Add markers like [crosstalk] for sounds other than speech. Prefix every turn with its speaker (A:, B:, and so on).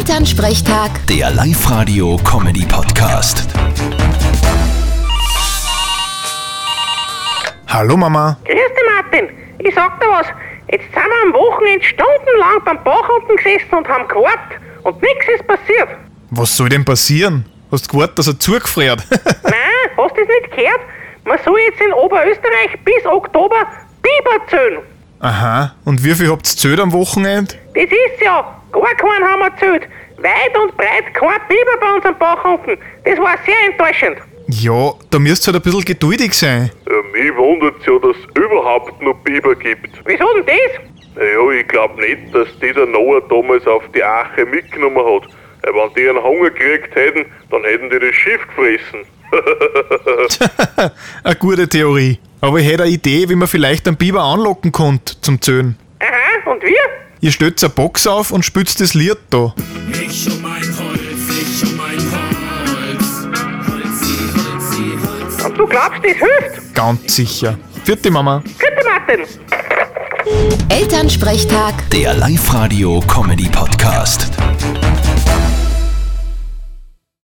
A: Elternsprechtag,
B: Der Live-Radio-Comedy-Podcast.
C: Hallo Mama.
D: Grüß dich, Martin. Ich sag dir was. Jetzt sind wir am Wochenende stundenlang beim Bach unten gesessen und haben gewartet. Und nichts ist passiert.
C: Was soll denn passieren? Hast gewartet, dass er zugefriert? [laughs]
D: Nein, hast du das nicht gehört? Man soll jetzt in Oberösterreich bis Oktober Biber zählen.
C: Aha. Und wie viel habt's zählt am Wochenende?
D: Das ist ja, gar keinen haben wir zählt. Weit und breit kein Biber bei uns am Bach unten. Das war sehr enttäuschend.
C: Ja, da müsst ihr halt ein bisschen geduldig sein.
E: Ja, mich wundert's ja, dass es überhaupt noch Biber gibt.
D: Wieso denn das?
E: Naja, ich glaub nicht, dass die der Noah damals auf die Ache mitgenommen hat. Weil wenn die einen Hunger gekriegt hätten, dann hätten die das Schiff gefressen. [laughs]
C: Eine gute Theorie. Aber ich hätte eine Idee, wie man vielleicht einen Biber anlocken konnte zum Zählen.
D: Aha, und wir?
C: Ihr stellt eine Box auf und spült das Lied da.
F: Ich um mein Holz, ich um mein Holz. Holzi, Holzi, Holz.
D: Und du glaubst, das hilft?
C: Ganz sicher. Vierte Mama.
D: Bitte, Martin.
A: Elternsprechtag.
B: Der Live-Radio-Comedy-Podcast.